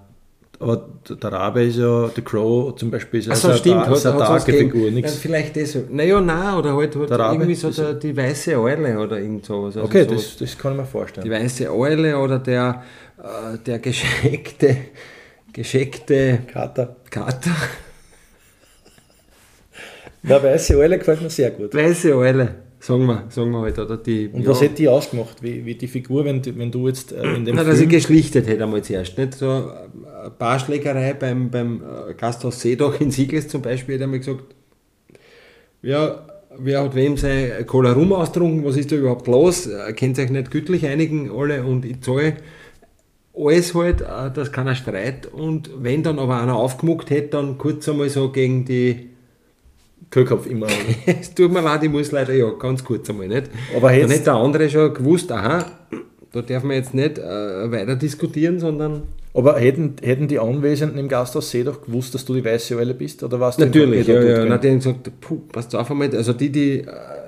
C: aber der Rabe ist ja, The Crow zum Beispiel ist ja
B: Also
C: so eine
B: stimmt,
C: dar-
B: hat-
C: so eine
B: hat's was
C: darke
B: gegeben.
C: Figur,
B: Ja,
C: nichts.
B: vielleicht deshalb. Naja, nein, oder halt, halt
C: Der Rabe
B: irgendwie so
C: ist
B: der, die weiße Eule oder irgend sowas. Also
C: Okay,
B: sowas.
C: das, das kann ich mir vorstellen.
B: Die weiße Eule oder der, äh, der gescheckte, gescheckte
C: Kater.
B: Kater.
C: Na, weiße Eule gefällt mir sehr gut.
B: Weiße Eule, sagen wir, sagen wir halt, oder die.
C: Und
B: ja.
C: was hätte die ausgemacht, wie, wie die Figur, wenn, die- wenn du jetzt äh, in dem
B: Na, dass ich
C: Film...
B: geschlichtet hätte einmal zuerst. Nicht? So äh, eine Barschlägerei beim, beim äh, Gasthaus Seedach in Siegles zum Beispiel hätte einmal gesagt, wer, wer hat wem sein Cola Rum austrunken, was ist da überhaupt los? Äh, Könnt ihr euch nicht gütlich einigen, alle und ich zahle alles halt, äh, dass keiner streit. Und wenn dann aber einer aufgemuckt hätte, dann kurz einmal so gegen die,
C: Köhlkopf immer. oder?
B: es tut mir leid, ich muss leider, ja, ganz kurz einmal Also nicht.
C: Aber
B: Dann
C: jetzt-
B: hätte der andere schon gewusst, aha, da darf man jetzt nicht äh, weiter diskutieren, sondern
C: Aber hätten, hätten die Anwesenden im Gasthaus See doch gewusst, dass du die weiße Eule bist? Oder warst du eh in
B: Natürlich, ja,
C: Kompletter
B: ja.
C: Blutgang?
B: Na, die haben gesagt, puh, passt auf einmal, also die, die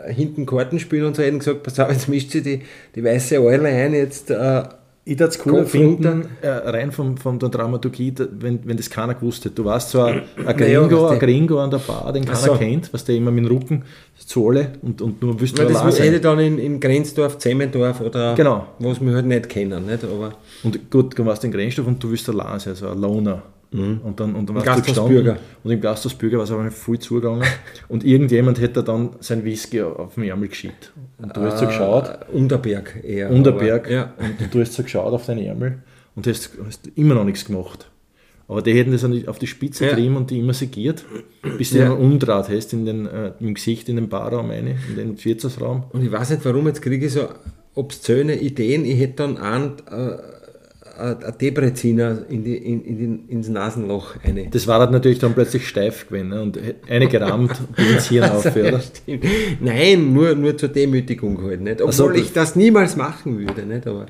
B: äh, hinten Karten spielen und so, hätten gesagt, pass auf, jetzt mischt sie die, die weiße Eule ein, jetzt, äh,
C: Ich würde es cooler
B: Kopf
C: finden, äh, rein von, von der Dramaturgie, da- wenn, wenn das keiner gewusst hätte. Du warst zwar ein Gringo,
B: weißt du.
C: ein Gringo an der Bar, den keiner
B: so.
C: kennt, was der immer mit dem Rücken zu alle und, und nur wüsste
B: weil
C: allein
B: das eh
C: sein.
B: hätte dann in, in Grenzdorf, Zementdorf oder
C: Genau.
B: was wir halt nicht kennen, nicht, aber
C: Und gut, du warst in Grenzstoff und du willst allein sein, also ein Loner. Und dann, und dann warst du
B: Gasthaus
C: gestanden.
B: Bürger.
C: Und im Gasthaus Bürger war es aber voll zugegangen. und irgendjemand hätte dann sein Whisky auf den Ärmel geschickt. Ah. Und du hast so geschaut,
B: äh, Unterberg eher.
C: Unterberg,
B: Aber, ja.
C: und du hast so geschaut auf deinen Ärmel und hast, hast immer noch nichts gemacht. Aber die hätten das an die- auf die Spitze
B: Ja.
C: getrieben und die immer segiert, bis du
B: Ja.
C: ja. umdraht hast in den, äh, im Gesicht, in den Barraum eine, in den Vierzersraum.
B: Und ich weiß nicht warum, jetzt kriege ich so obszöne Ideen. Ich hätte dann einen, äh, äh, ein Debreziner in die, in, in den, ins Nasenloch eine.
C: Das war halt natürlich dann plötzlich steif gewesen ne? und eine gerammt bis ins Hirn auf,
B: Ja,
C: oder?
B: stimmt. Nein, nur, nur zur Demütigung halt nicht. Obwohl
C: so,
B: ich das niemals machen würde, nicht? Aber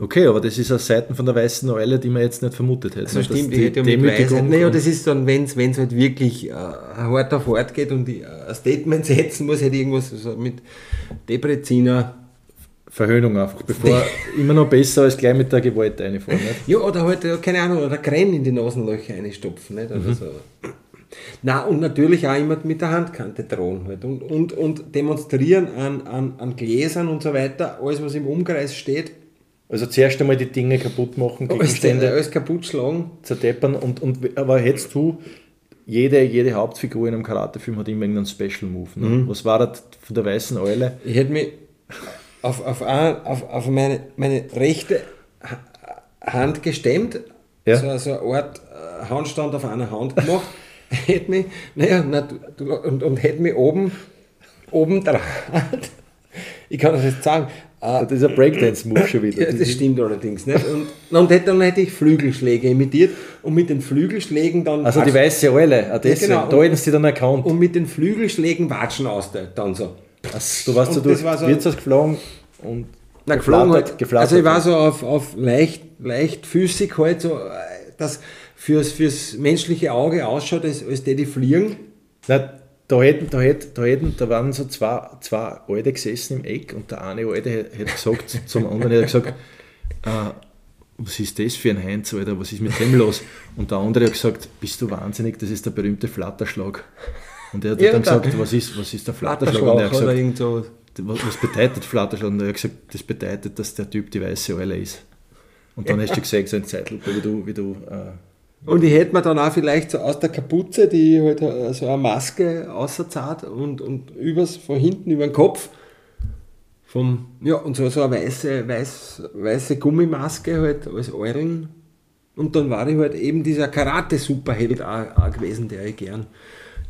C: Okay, aber das ist eine Seiten von der weißen Eule, die man jetzt nicht vermutet hätte. Ne?
B: Also stimmt, die, die, die Weisheit, naja, das ist dann, wenn es halt wirklich äh, hart auf hart geht und ich, äh, ein Statement setzen muss, hätte irgendwas so mit Depreziner.
C: Verhöhnung einfach, bevor immer noch besser als gleich mit der Gewalt reinfahren. Nicht?
B: Ja, oder halt, ja, keine Ahnung, oder Kränen in die Nasenlöcher einstopfen. Nicht? Oder mhm. so. Na, und natürlich auch immer mit der Handkante drohen halt. und, und, und demonstrieren an, an, an Gläsern und so weiter, alles was im Umkreis steht.
C: Also zuerst einmal die Dinge kaputt machen,
B: Gegenstände alles, alles kaputt schlagen.
C: zerdeppern und, und aber hättest du, jede, jede Hauptfigur in einem Karatefilm hat immer irgendeinen Special Move. Ne? Mhm. Was war das von der weißen Eule?
B: Ich hätte mich auf, auf, auf, auf meine, meine rechte Hand gestemmt, ja. so, so eine Art äh, Handstand auf einer Hand gemacht, hätte mich, naja, na, du, und, und hätte mich oben, oben dran, ich kann das jetzt sagen, Äh,
C: Ah, das ist ein Breakdance-Move schon wieder.
B: Ja, das stimmt allerdings. Nicht? Und, und hätte, dann hätte ich Flügelschläge imitiert und mit den Flügelschlägen dann.
C: Also die weiße Eule, ah, deswegen, ja, genau. da hätten sie dann erkannt.
B: Und mit den Flügelschlägen watschen aus der, dann so.
C: Also, du warst so durch war so Wirtshaus geflogen und.
B: Na, geflogen halt. Also ich war so auf, auf leicht, leicht Physik halt, so, dass fürs, fürs menschliche Auge ausschaut, als, als die, die fliegen.
C: Na, da hätten, da hätten, da hätten, da waren so zwei, zwei Alte gesessen im Eck und der eine Alte hätte gesagt zum anderen, hätte gesagt, äh, was ist das für ein Heinz, Alter, was ist mit dem los? Und der andere hat gesagt, bist du wahnsinnig, das ist der berühmte Flatterschlag. Und er hat ja, dann gesagt, da. was ist, was ist der Flatterschlag? Und er hat gesagt, was, was bedeutet Flatterschlag? Und er hat gesagt, das bedeutet, dass der Typ die weiße Eule ist. Und dann ja. hast du gesehen, so in Zeitlupe, wie du, wie du äh,
B: und ich hätte mir dann auch vielleicht so aus der Kapuze, die halt so eine Maske außerzahlt und, und übers, von hinten über den Kopf. Vom, ja, und so, so eine weiße, weiß, weiße Gummimaske halt als Eulen. Und dann war ich halt eben dieser Karate-Superheld auch, auch, gewesen, der ich gern.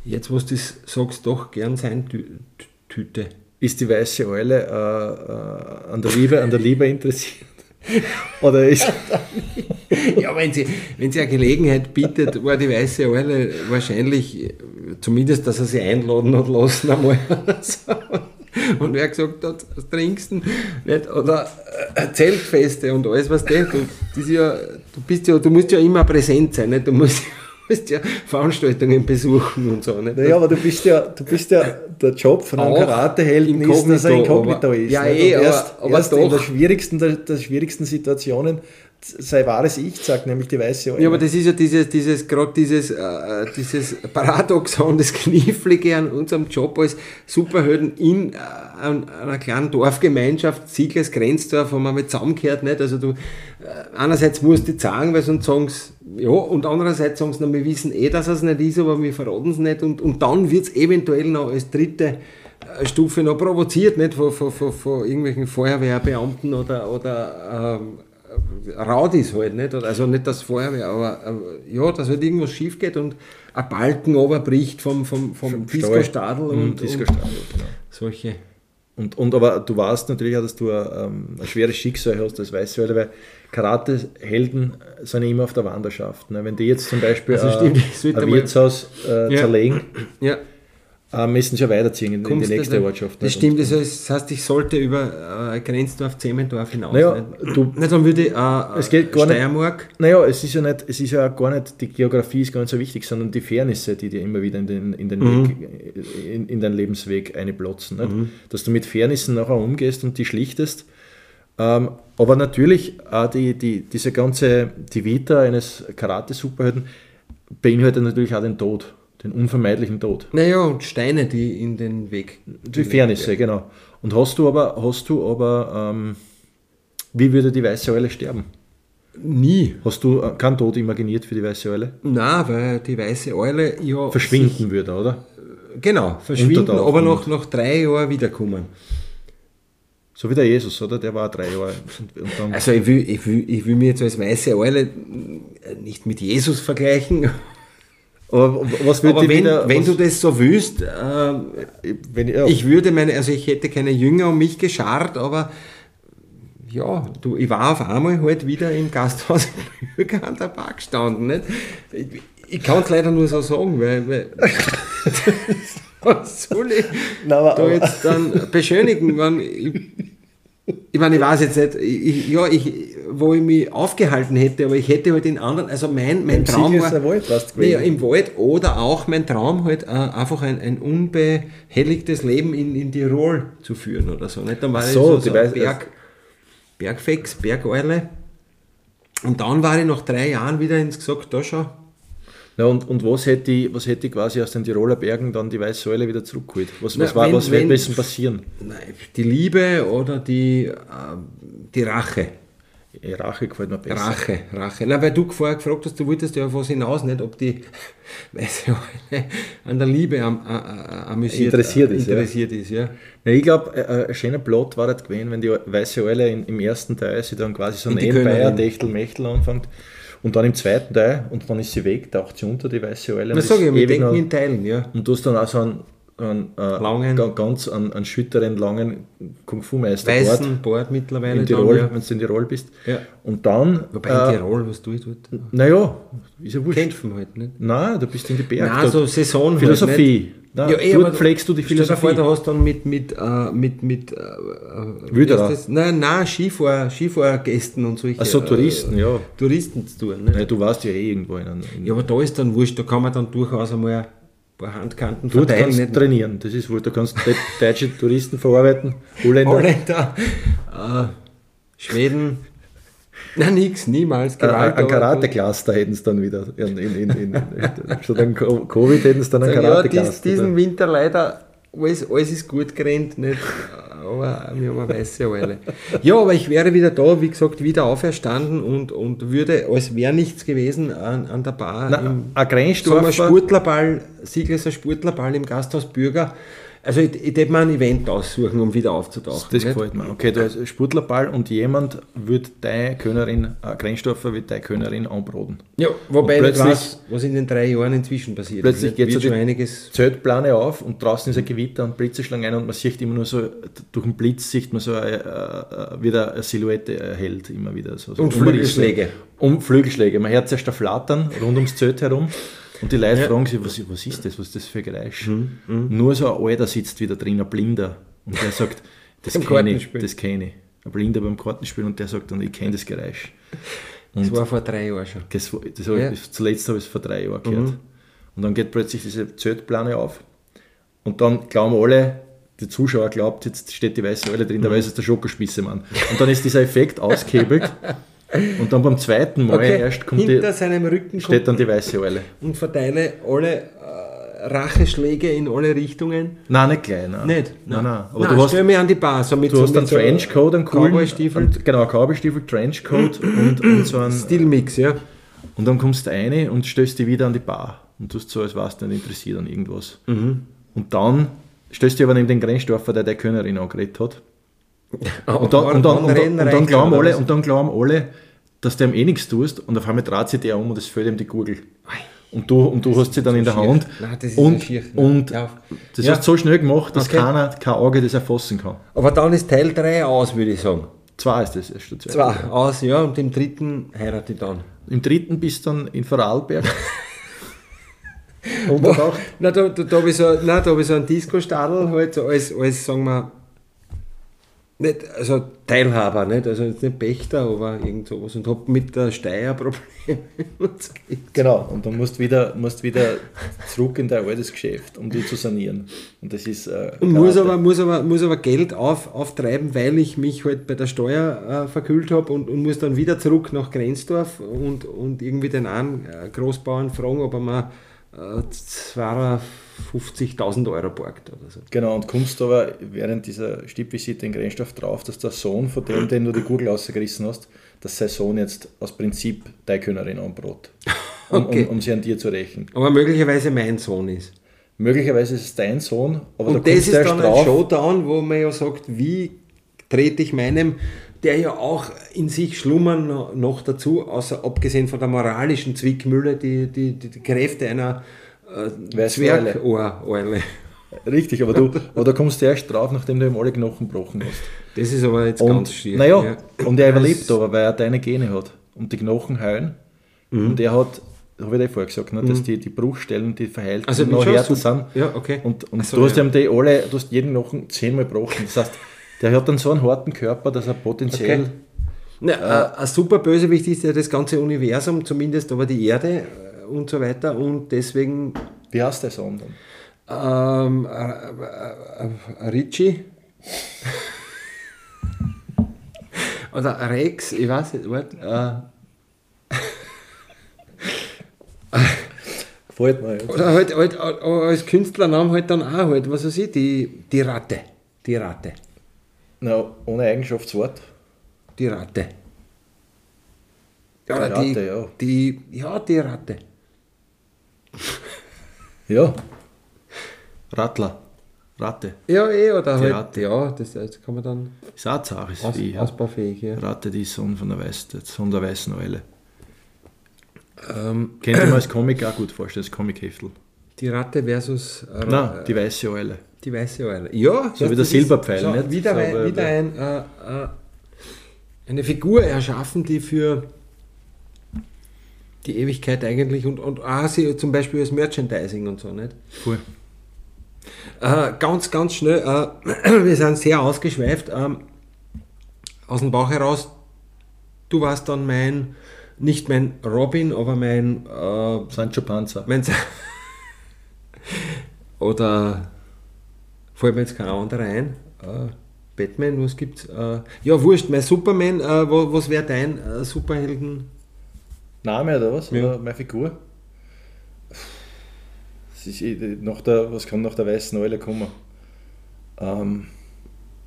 B: Jetzt, was du sagst, doch gern sein Tü Tüte.
C: Ist die weiße Eule äh, äh, an, der Liebe, an der Liebe interessiert? Oder ist.
B: ja, wenn sie, wenn sie eine Gelegenheit bietet, war die weiße Eule wahrscheinlich, zumindest, dass er sie einladen hat lassen einmal. so. Und wer gesagt hat, das trinkst nicht? Oder äh, Zeltfeste und alles, was der. Du, das ja, du, bist ja, du musst ja immer präsent sein, nicht? Du musst, musst ja Veranstaltungen besuchen und so. Nicht?
C: Naja, aber du bist ja, du bist ja der Job von einem Karatehelden
B: ist, dass er
C: inkognito ist.
B: Ja,
C: nicht?
B: eh,
C: und erst, aber, aber erst in der schwierigsten, der, der schwierigsten Situationen sei wahres Ich sagt, nämlich die weiße Eule.
B: Ja, aber das ist ja dieses, dieses gerade dieses, äh, dieses Paradoxon, das Knifflige an unserem Job als Superhelden in äh, einer kleinen Dorfgemeinschaft, Siegers Grenzdorf, haben wir mal zusammengehört, nicht? Also du, äh, einerseits musst du sagen, weil sonst sagen sie, ja, und andererseits sagen sie, na, wir wissen eh, dass es nicht ist, aber wir verraten es nicht und, und dann wird es eventuell noch als dritte äh, Stufe noch provoziert, nicht? Von, von, von, von irgendwelchen Feuerwehrbeamten oder, oder ähm, Raudis halt, nicht? Also nicht das Feuerwehr, aber, aber ja, dass halt irgendwas schief geht und ein Balken oberbricht vom, vom, vom Disco-Stadel und, und,
C: Mhm, Disco und
B: genau. solche.
C: Und, und aber du weißt natürlich auch, dass du ähm, ein, ein schweres Schicksal hast als Weißwälder, weil Karate-Helden sind ja immer auf der Wanderschaft. Ne? Wenn die jetzt zum Beispiel
B: also stimmt,
C: ein, ein Wirtshaus äh,
B: ja.
C: zerlegen,
B: ja.
C: Äh, müssen schon weiterziehen in, in die nächste Ortschaft. also.
B: Das stimmt, das heißt, ich sollte über äh, Grenzdorf, Zementdorf hinaus.
C: Naja,
B: nicht? Du, Na, dann würde ich, äh,
C: es geht gar
B: Steiermark.
C: Nicht, naja, es ist ja nicht, es ist ja gar nicht, die Geografie ist gar nicht so wichtig, sondern die Fairnisse, die dir immer wieder in, den, in, den mhm. Weg, in, in deinen Lebensweg einplotzen. Mhm. Dass du mit Fairnissen nachher umgehst und die schlichtest. Ähm, aber natürlich auch die, die, diese ganze, die Vita eines Karate-Superhelden beinhaltet natürlich auch den Tod den unvermeidlichen Tod.
B: Naja, und Steine, die in den Weg.
C: Die Fairnisse, Weg. genau. Und hast du aber, hast du aber, ähm, wie würde die weiße Eule sterben?
B: Nie.
C: Hast du äh, keinen Tod imaginiert für die weiße Eule?
B: Na, weil die weiße Eule ja.
C: Verschwinden würde, oder?
B: Genau, verschwinden, aber noch, nach drei Jahren wiederkommen.
C: So wie der Jesus, oder? Der war drei Jahre.
B: also ich will, ich, will, ich will mich jetzt als weiße Eule nicht mit Jesus vergleichen,
C: aber was würde
B: wenn, wieder, wenn du das so willst, äh, wenn, ja. ich würde meine, also ich hätte keine Jünger um mich geschart, aber ja, du, ich war auf einmal halt wieder im Gasthaus an der Park gestanden. Nicht? Ich, ich kann es leider nur so sagen, weil, weil was soll ich Nein, aber, da jetzt dann beschönigen, wenn ich, Ich meine, ich weiß jetzt nicht, ich, ja, ich, wo ich mich aufgehalten hätte, aber ich hätte halt den anderen, also mein, mein
C: Im
B: Traum
C: Sieg ist
B: war,
C: der Wald fast
B: nee,
C: gewesen.
B: im Wald oder auch mein Traum halt äh, einfach ein, ein unbehelligtes Leben in, in Tirol zu führen oder so. Nicht? Dann war ich
C: So,
B: so,
C: die
B: so
C: weiß-
B: ein Berg, Bergfex, Bergeule. Und dann war ich nach drei Jahren wieder ins gesagt, da schau,
C: Na, und, und was hätte ich, was hätte ich quasi aus den Tiroler Bergen dann die Weiße Säule wieder zurückgeholt? Was, was,
B: Na,
C: war,
B: wenn-
C: was wird
B: wenn-
C: müssen passieren?
B: nein, die Liebe oder die, äh, die Rache.
C: Eh, Rache gefällt mir besser.
B: Rache, Rache. Na, weil du vorher gefragt hast, du wolltest ja auf was hinaus, nicht, ob die weiße Eule an der Liebe am, a, a, amüsiert,
C: Interessiert ist, ja.
B: interessiert ist, ja.
C: Ja, ich glaube, äh, ein schöner Plot war das gewesen, wenn die Weiße Eule in, im ersten Teil sie dann quasi so ein
B: In die Kölnerin.
C: Ehepaar, Techtel-Mechtel anfängt. Und dann im zweiten Teil, und dann ist sie weg, taucht sie unter, die Weiße Eule. und
B: Na,
C: ist
B: sag ich, wir
C: ewig
B: denken
C: noch-
B: in Teilen, ja.
C: Und du hast dann auch so einen, einen äh,
B: Langen.
C: ga- ganz einen, einen schütteren, langen Kung-Fu-Meister
B: Weißen Bord mittlerweile.
C: in Tirol,
B: Dann, ja.
C: wenn du in Tirol bist.
B: Ja.
C: Und dann,
B: Wobei in
C: äh,
B: Tirol, was tue ich dort?
C: naja, ist ja wurscht.
B: Kämpfen halt, nicht?
C: Nein, du bist in die Berge.
B: Nein,
C: da-
B: so Saison halt
C: Philosophie.
B: nicht.
C: Nein,
B: eh,
C: dort
B: aber
C: pflegst du die
B: stell dir
C: Philosophie.
B: Vor, du hast dann mit, mit, äh, mit, mit, äh, äh,
C: Wilderer.
B: wie ist das? Nein, nein, Skifahr, Skifahrgästen und solche. äh,
C: Ach so, Touristen, ja.
B: Touristen zu tun, nicht?
C: Nein, du warst ja eh irgendwo in einem. in-
B: Ja, aber da ist dann wurscht, da kann man dann durchaus einmal ein paar Handkanten
C: Du
B: verteilen.
C: kannst
B: nicht?
C: trainieren, das ist wohl, du kannst de- deutsche Touristen verarbeiten, Holländer.
B: Holländer, äh, Schweden, na nix, niemals,
C: Äh,
B: Gewalt.
C: ein
B: aber-
C: Karate-Cluster hätten sie dann wieder. In, in, in, in, in, statt einem Co- Covid hätten sie dann einen
B: Ja, dies,
C: Karate-Cluster.
B: diesen Winter leider, alles, alles ist gut gerannt, nicht? aber wir haben eine weiße Weile. Ja, aber ich wäre wieder da, wie gesagt, wieder auferstanden und, und würde, als wäre nichts gewesen, an, an der Bar
C: Na,
B: im
C: ein
B: Sommer
C: Grenzdorfer,
B: Spurtlerball, Siegleser Spurtlerball im Gasthaus Bürger. Also ich, ich hätte mir ein Event aussuchen, um wieder aufzutauchen.
C: das
B: nicht?
C: gefällt mir. Okay, du hast Spudlerball und jemand wird deine Könnerin, äh, Grenzdorfer wird deine Könnerin anbraten.
B: Ja, wobei
C: Und
B: ich nicht
C: plötzlich-
B: weiß, was in den drei Jahren inzwischen passiert
C: Plötzlich
B: ist.
C: geht's
B: Wird
C: so
B: schon
C: die-
B: einiges.
C: Zeltplane auf und draußen ist ein Gewitter und Blitze schlagen ein und man sieht immer nur so, durch den Blitz sieht man so eine, äh, äh, wieder eine Silhouette erhellt, immer wieder. So, so
B: Und
C: Umrisse.
B: Flügelschläge.
C: Und Flügelschläge. Man hört zuerst ein Flattern rund ums Zelt herum und die Leute fragen sich, was, was ist das, was ist das für ein Geräusch?
B: Mhm,
C: Nur so ein Alter sitzt wieder drin, ein Blinder. Und der sagt, das
B: Beim
C: kenne ich,
B: Kartenspielen.
C: das kenne ich. Ein Blinder beim Kartenspielen und der sagt dann, ich kenne das Geräusch.
B: Das war vor drei Jahren schon.
C: Das, war- das hab ich,
B: Ja. Mhm.
C: das- Zuletzt habe ich es vor drei Jahren gehört. Und dann geht plötzlich diese Zeltplane auf. Und dann glauben alle, die Zuschauer glaubt, jetzt steht die weiße Eule
B: Mhm.
C: drin, dabei ist es der Schokospießemann. Und dann ist dieser Effekt ausgehebelt. Und dann beim zweiten Mal erst kommt die,
B: hinter seinem Rücken
C: steht
B: kommt
C: dann die weiße Eule.
B: und verteile alle äh, Racheschläge in alle Richtungen.
C: Nein, nicht gleich. Nein,
B: Nicht?
C: Nein, nein. Ah. Aber
B: Nein,
C: du hast,
B: stell mich an die Bar. So mit
C: du
B: so,
C: hast einen
B: mit so
C: Trenchcoat, einen coolen.
B: Cowboystiefel.
C: und- Genau, Cowboystiefel, Trenchcoat und, und so einen.
B: Stilmix, ja.
C: Und dann kommst du eine und stößt die wieder an die Bar. Und tust so, als warst du nicht interessiert an irgendwas.
B: Mhm.
C: Und dann stößt du aber neben den Grenzdorfer, der der Könnerin angeredet hat. Ah, Und dann, und dann, und dann, und dann, glauben, alle, und dann glauben alle, dass du ihm eh nichts tust. Und auf einmal dreht sich der um und es fällt ihm die Gurgel. Und du, und du hast sie dann in der
B: schier.
C: Hand.
B: Nein, das ist so
C: und
B: schier.
C: und
B: Ja.
C: das
B: Ja.
C: hast du so schnell gemacht, dass
B: Okay.
C: keiner, kein Auge das erfassen kann.
B: Aber dann ist Teil 3 aus, würde ich sagen.
C: Zwei ist das erste. Zwei.
B: Zwei aus, ja, und im dritten heirate ich dann.
C: Im dritten bist du dann in Vorarlberg. Untertaucht.
B: Na, da, da, da habe ich, so, nein, da hab ich so einen Disco-Stadel halt, so als, als, sagen wir, nicht, also Teilhaber, nicht, also jetzt nicht Pächter, aber irgend sowas und hab mit der Steier Probleme. und so.
C: Genau, und dann musst du wieder, musst wieder zurück in dein altes Geschäft, um die zu sanieren. Und das ist. Äh,
B: Und muss
C: Karate.
B: aber, muss, aber, muss aber Geld auf, auftreiben, weil ich mich halt bei der Steuer äh, verkühlt habe und, und muss dann wieder zurück nach Grenzdorf und, und irgendwie den einen äh, Großbauern fragen, ob er mir äh, 250.000 Euro borgt oder so.
C: Genau, und kommst aber während dieser Stippvisite in Grenzstoff drauf, dass der Sohn von dem, den du die Gurgel rausgerissen hast, dass sein Sohn jetzt aus Prinzip deine Könnerin anbrot. Um,
B: Okay.
C: um, um sie an dir zu rächen.
B: Aber möglicherweise mein Sohn ist.
C: Möglicherweise ist es dein Sohn, aber
B: Und
C: da
B: das
C: kommst
B: ist
C: du erst
B: dann ein
C: drauf.
B: Showdown, wo man ja sagt, wie trete ich meinem, der ja auch in sich schlummern no- noch dazu, außer abgesehen von der moralischen Zwickmühle, die, die, die, die Kräfte einer äh,
C: Weißen
B: Zwergohreule.
C: Richtig, aber du, aber da kommst du erst drauf, nachdem du ihm alle Knochen gebrochen hast.
B: Das ist aber jetzt ganz
C: Und,
B: schier.
C: naja,
B: ja.
C: und er überlebt
B: Das-
C: aber, weil er deine Gene hat. Und die Knochen heilen.
B: Mhm.
C: Und er hat, habe ich dir vorher gesagt, ne, dass die, die Bruchstellen, die verheilt
B: Also
C: noch
B: schon
C: Härten
B: super.
C: sind.
B: Ja, okay.
C: Und,
B: Ach
C: und
B: so,
C: du hast
B: ja.
C: ihm die alle, du hast jeden Knochen zehnmal gebrochen. Das heißt, Der hat dann so einen harten Körper, dass er potenziell.
B: Okay. Na, äh, ein super Bösewicht ist ja das ganze Universum, zumindest aber die Erde äh, und so weiter. Und deswegen
C: Wie heißt der Sohn dann?
B: ähm, äh, äh, äh, Richie oder Rex, ich weiß nicht, warte. Äh,
C: Gefällt mir. ja.
B: oder halt, halt, äh, als Künstlernamen halt dann auch halt, was weiß ich, die, die Ratte. Die Ratte.
C: Na, ohne Eigenschaftswort.
B: Die Ratte.
C: Die
B: Oder
C: Ratte,
B: die,
C: ja.
B: Die, ja, die Ratte.
C: Ja. Rattler. Ratte.
B: Ja, eh, oder halt,
C: Ratte.
B: ja, das, das kann man dann
C: Ist auch ein zares
B: aus,
C: Vieh, ja.
B: ausbaufähig, ja.
C: Ratte, die Sohn von der, Weiß, der Sohn der weißen Eule. Könnte man als Comic auch gut vorstellen, als Comic-Heftel.
B: Die Ratte versus äh,
C: Nein,
B: äh,
C: die weiße Eule.
B: die weiße Eule. Ja,
C: So wie
B: ja,
C: der
B: das
C: Silberpfeil,
B: so,
C: nicht?
B: Wieder,
C: So,
B: ein,
C: aber-
B: wieder ein, äh, äh, eine Figur erschaffen, die für die Ewigkeit eigentlich und, und ah, sie zum Beispiel als Merchandising und so, nicht?
C: Cool.
B: Äh, ganz, ganz schnell, äh, wir sind sehr ausgeschweift. Ähm, aus dem Bauch heraus, du warst dann mein, nicht mein Robin, aber mein, äh,
C: Sancho Panza.
B: mein Sa- oder fällt mir jetzt kein anderer ein. Äh, Batman, was gibt's? Äh, ja, wurscht, mein Superman, äh, wo, was wäre dein äh, Superhelden?
C: Name oder was?
B: Ja.
C: Oder meine Figur? Das ist eh nach der, was kann nach der weißen Eule kommen? Ähm,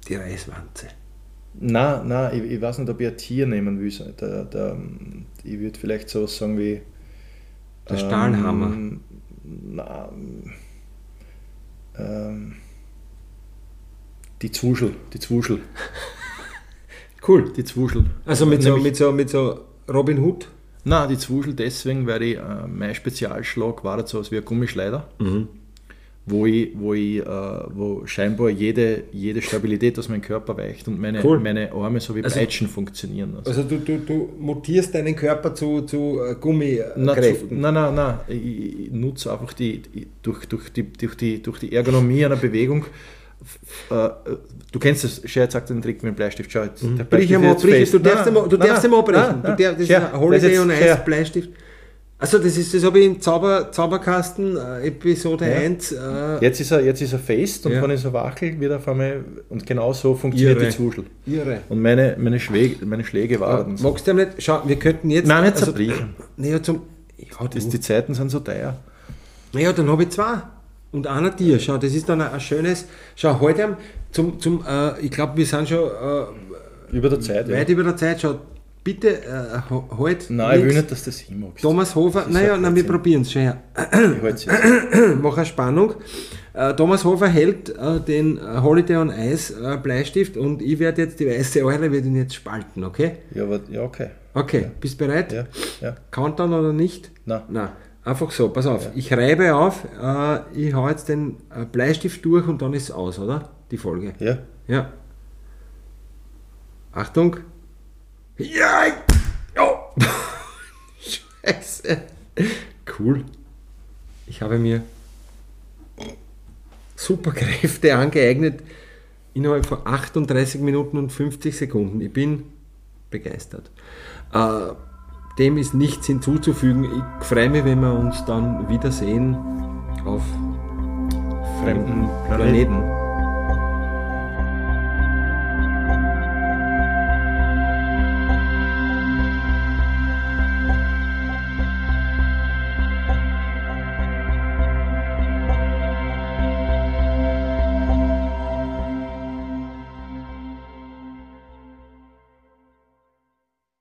B: Die Reiswanze.
C: Nein, nein, ich, ich weiß nicht, ob ich ein Tier nehmen will. So, Der, der, ich würde vielleicht sowas sagen wie.
B: Der Stahlhammer.
C: Ähm, nein, ähm, die Zwuschel, die Zwuschel,
B: Cool.
C: die Zwuschel.
B: Also mit so,
C: Nämlich-
B: mit so, mit so Robin Hood?
C: Nein, die Zwuschel deswegen, weil ich, äh, mein Spezialschlag war jetzt sowas wie ein Gummischleider,
B: Mhm.
C: wo ich, wo ich äh, wo scheinbar jede, jede Stabilität aus meinem Körper weicht und meine,
B: Cool.
C: meine Arme so wie
B: Also-
C: Peitschen funktionieren. Also,
B: Also du, du, du mutierst deinen Körper zu, zu äh, Mhm.
C: Na, zu,
B: Gummikräften.
C: nein, nein, nein. Ich, ich nutze einfach die, die- durch, durch, die, durch, die, durch die Ergonomie einer Bewegung. f- Äh, du kennst das, Scher sagt den Trick mit dem Bleistift. Schau jetzt. Der
B: Brich
C: Bleistift
B: einmal,
C: ist jetzt
B: brich,
C: fest.
B: du darfst
C: Nein,
B: einmal, du
C: nein,
B: darfst
C: nein,
B: einmal brechen.
C: nein, nein.
B: Du darfst, das
C: Scher,
B: ist ein Holiday
C: das ist
B: on
C: jetzt-
B: Ice
C: Scher.
B: Bleistift. Also das ist, das habe ich im Zauber, Zauberkasten äh, Episode
C: Ja.
B: 1. Äh,
C: Jetzt ist er, jetzt ist er fest und
B: Ja.
C: wenn ich so wackel, wird er auf einmal, und genau so funktioniert
B: Irre.
C: die Zwuschel.
B: Irre.
C: Und meine, meine, Schläge, meine Schläge waren so.
B: Äh, Magst du ja nicht? Schau, wir könnten jetzt.
C: Ah, Nein, nicht zerbrechen.
B: naja, zum. Ja,
C: Das,
B: du.
C: die Zeiten sind so teuer.
B: naja, dann habe ich zwei. Und einer dir. Schau, das ist dann ein, ein schönes. Schau, heute am- zum, zum äh, ich glaube, wir sind schon äh,
C: Über der Zeit, ja.
B: weit über der Zeit. Schau, bitte äh, ho- halt.
C: Nein, ich will
B: links.
C: nicht, dass du das hinmachst.
B: Thomas Hofer,
C: ist
B: naja,
C: ein
B: nein, wir
C: Blödsinn.
B: probieren es schon her.
C: Ich halt's jetzt.
B: Mach eine Spannung. Äh, Thomas Hofer hält äh, den äh, Holiday on Ice äh, Bleistift und ich werde jetzt die weiße Eule, werde ihn jetzt spalten, okay?
C: Ja, aber, ja, okay.
B: Okay, bist bereit?
C: Ja, ja.
B: Countdown oder nicht?
C: Nein.
B: Nein, einfach so, pass auf. Ich reibe auf, äh, ich hau jetzt den äh, Bleistift durch und dann ist es aus, oder? Die Folge.
C: Ja.
B: Ja. Achtung. Ja! Oh. Scheiße. Cool. Ich habe mir Superkräfte angeeignet innerhalb von 38 Minuten und 50 Sekunden. Ich bin begeistert. Äh, dem ist nichts hinzuzufügen. Ich freue mich, wenn wir uns dann wiedersehen auf fremden
C: Planeten.
B: Planeten.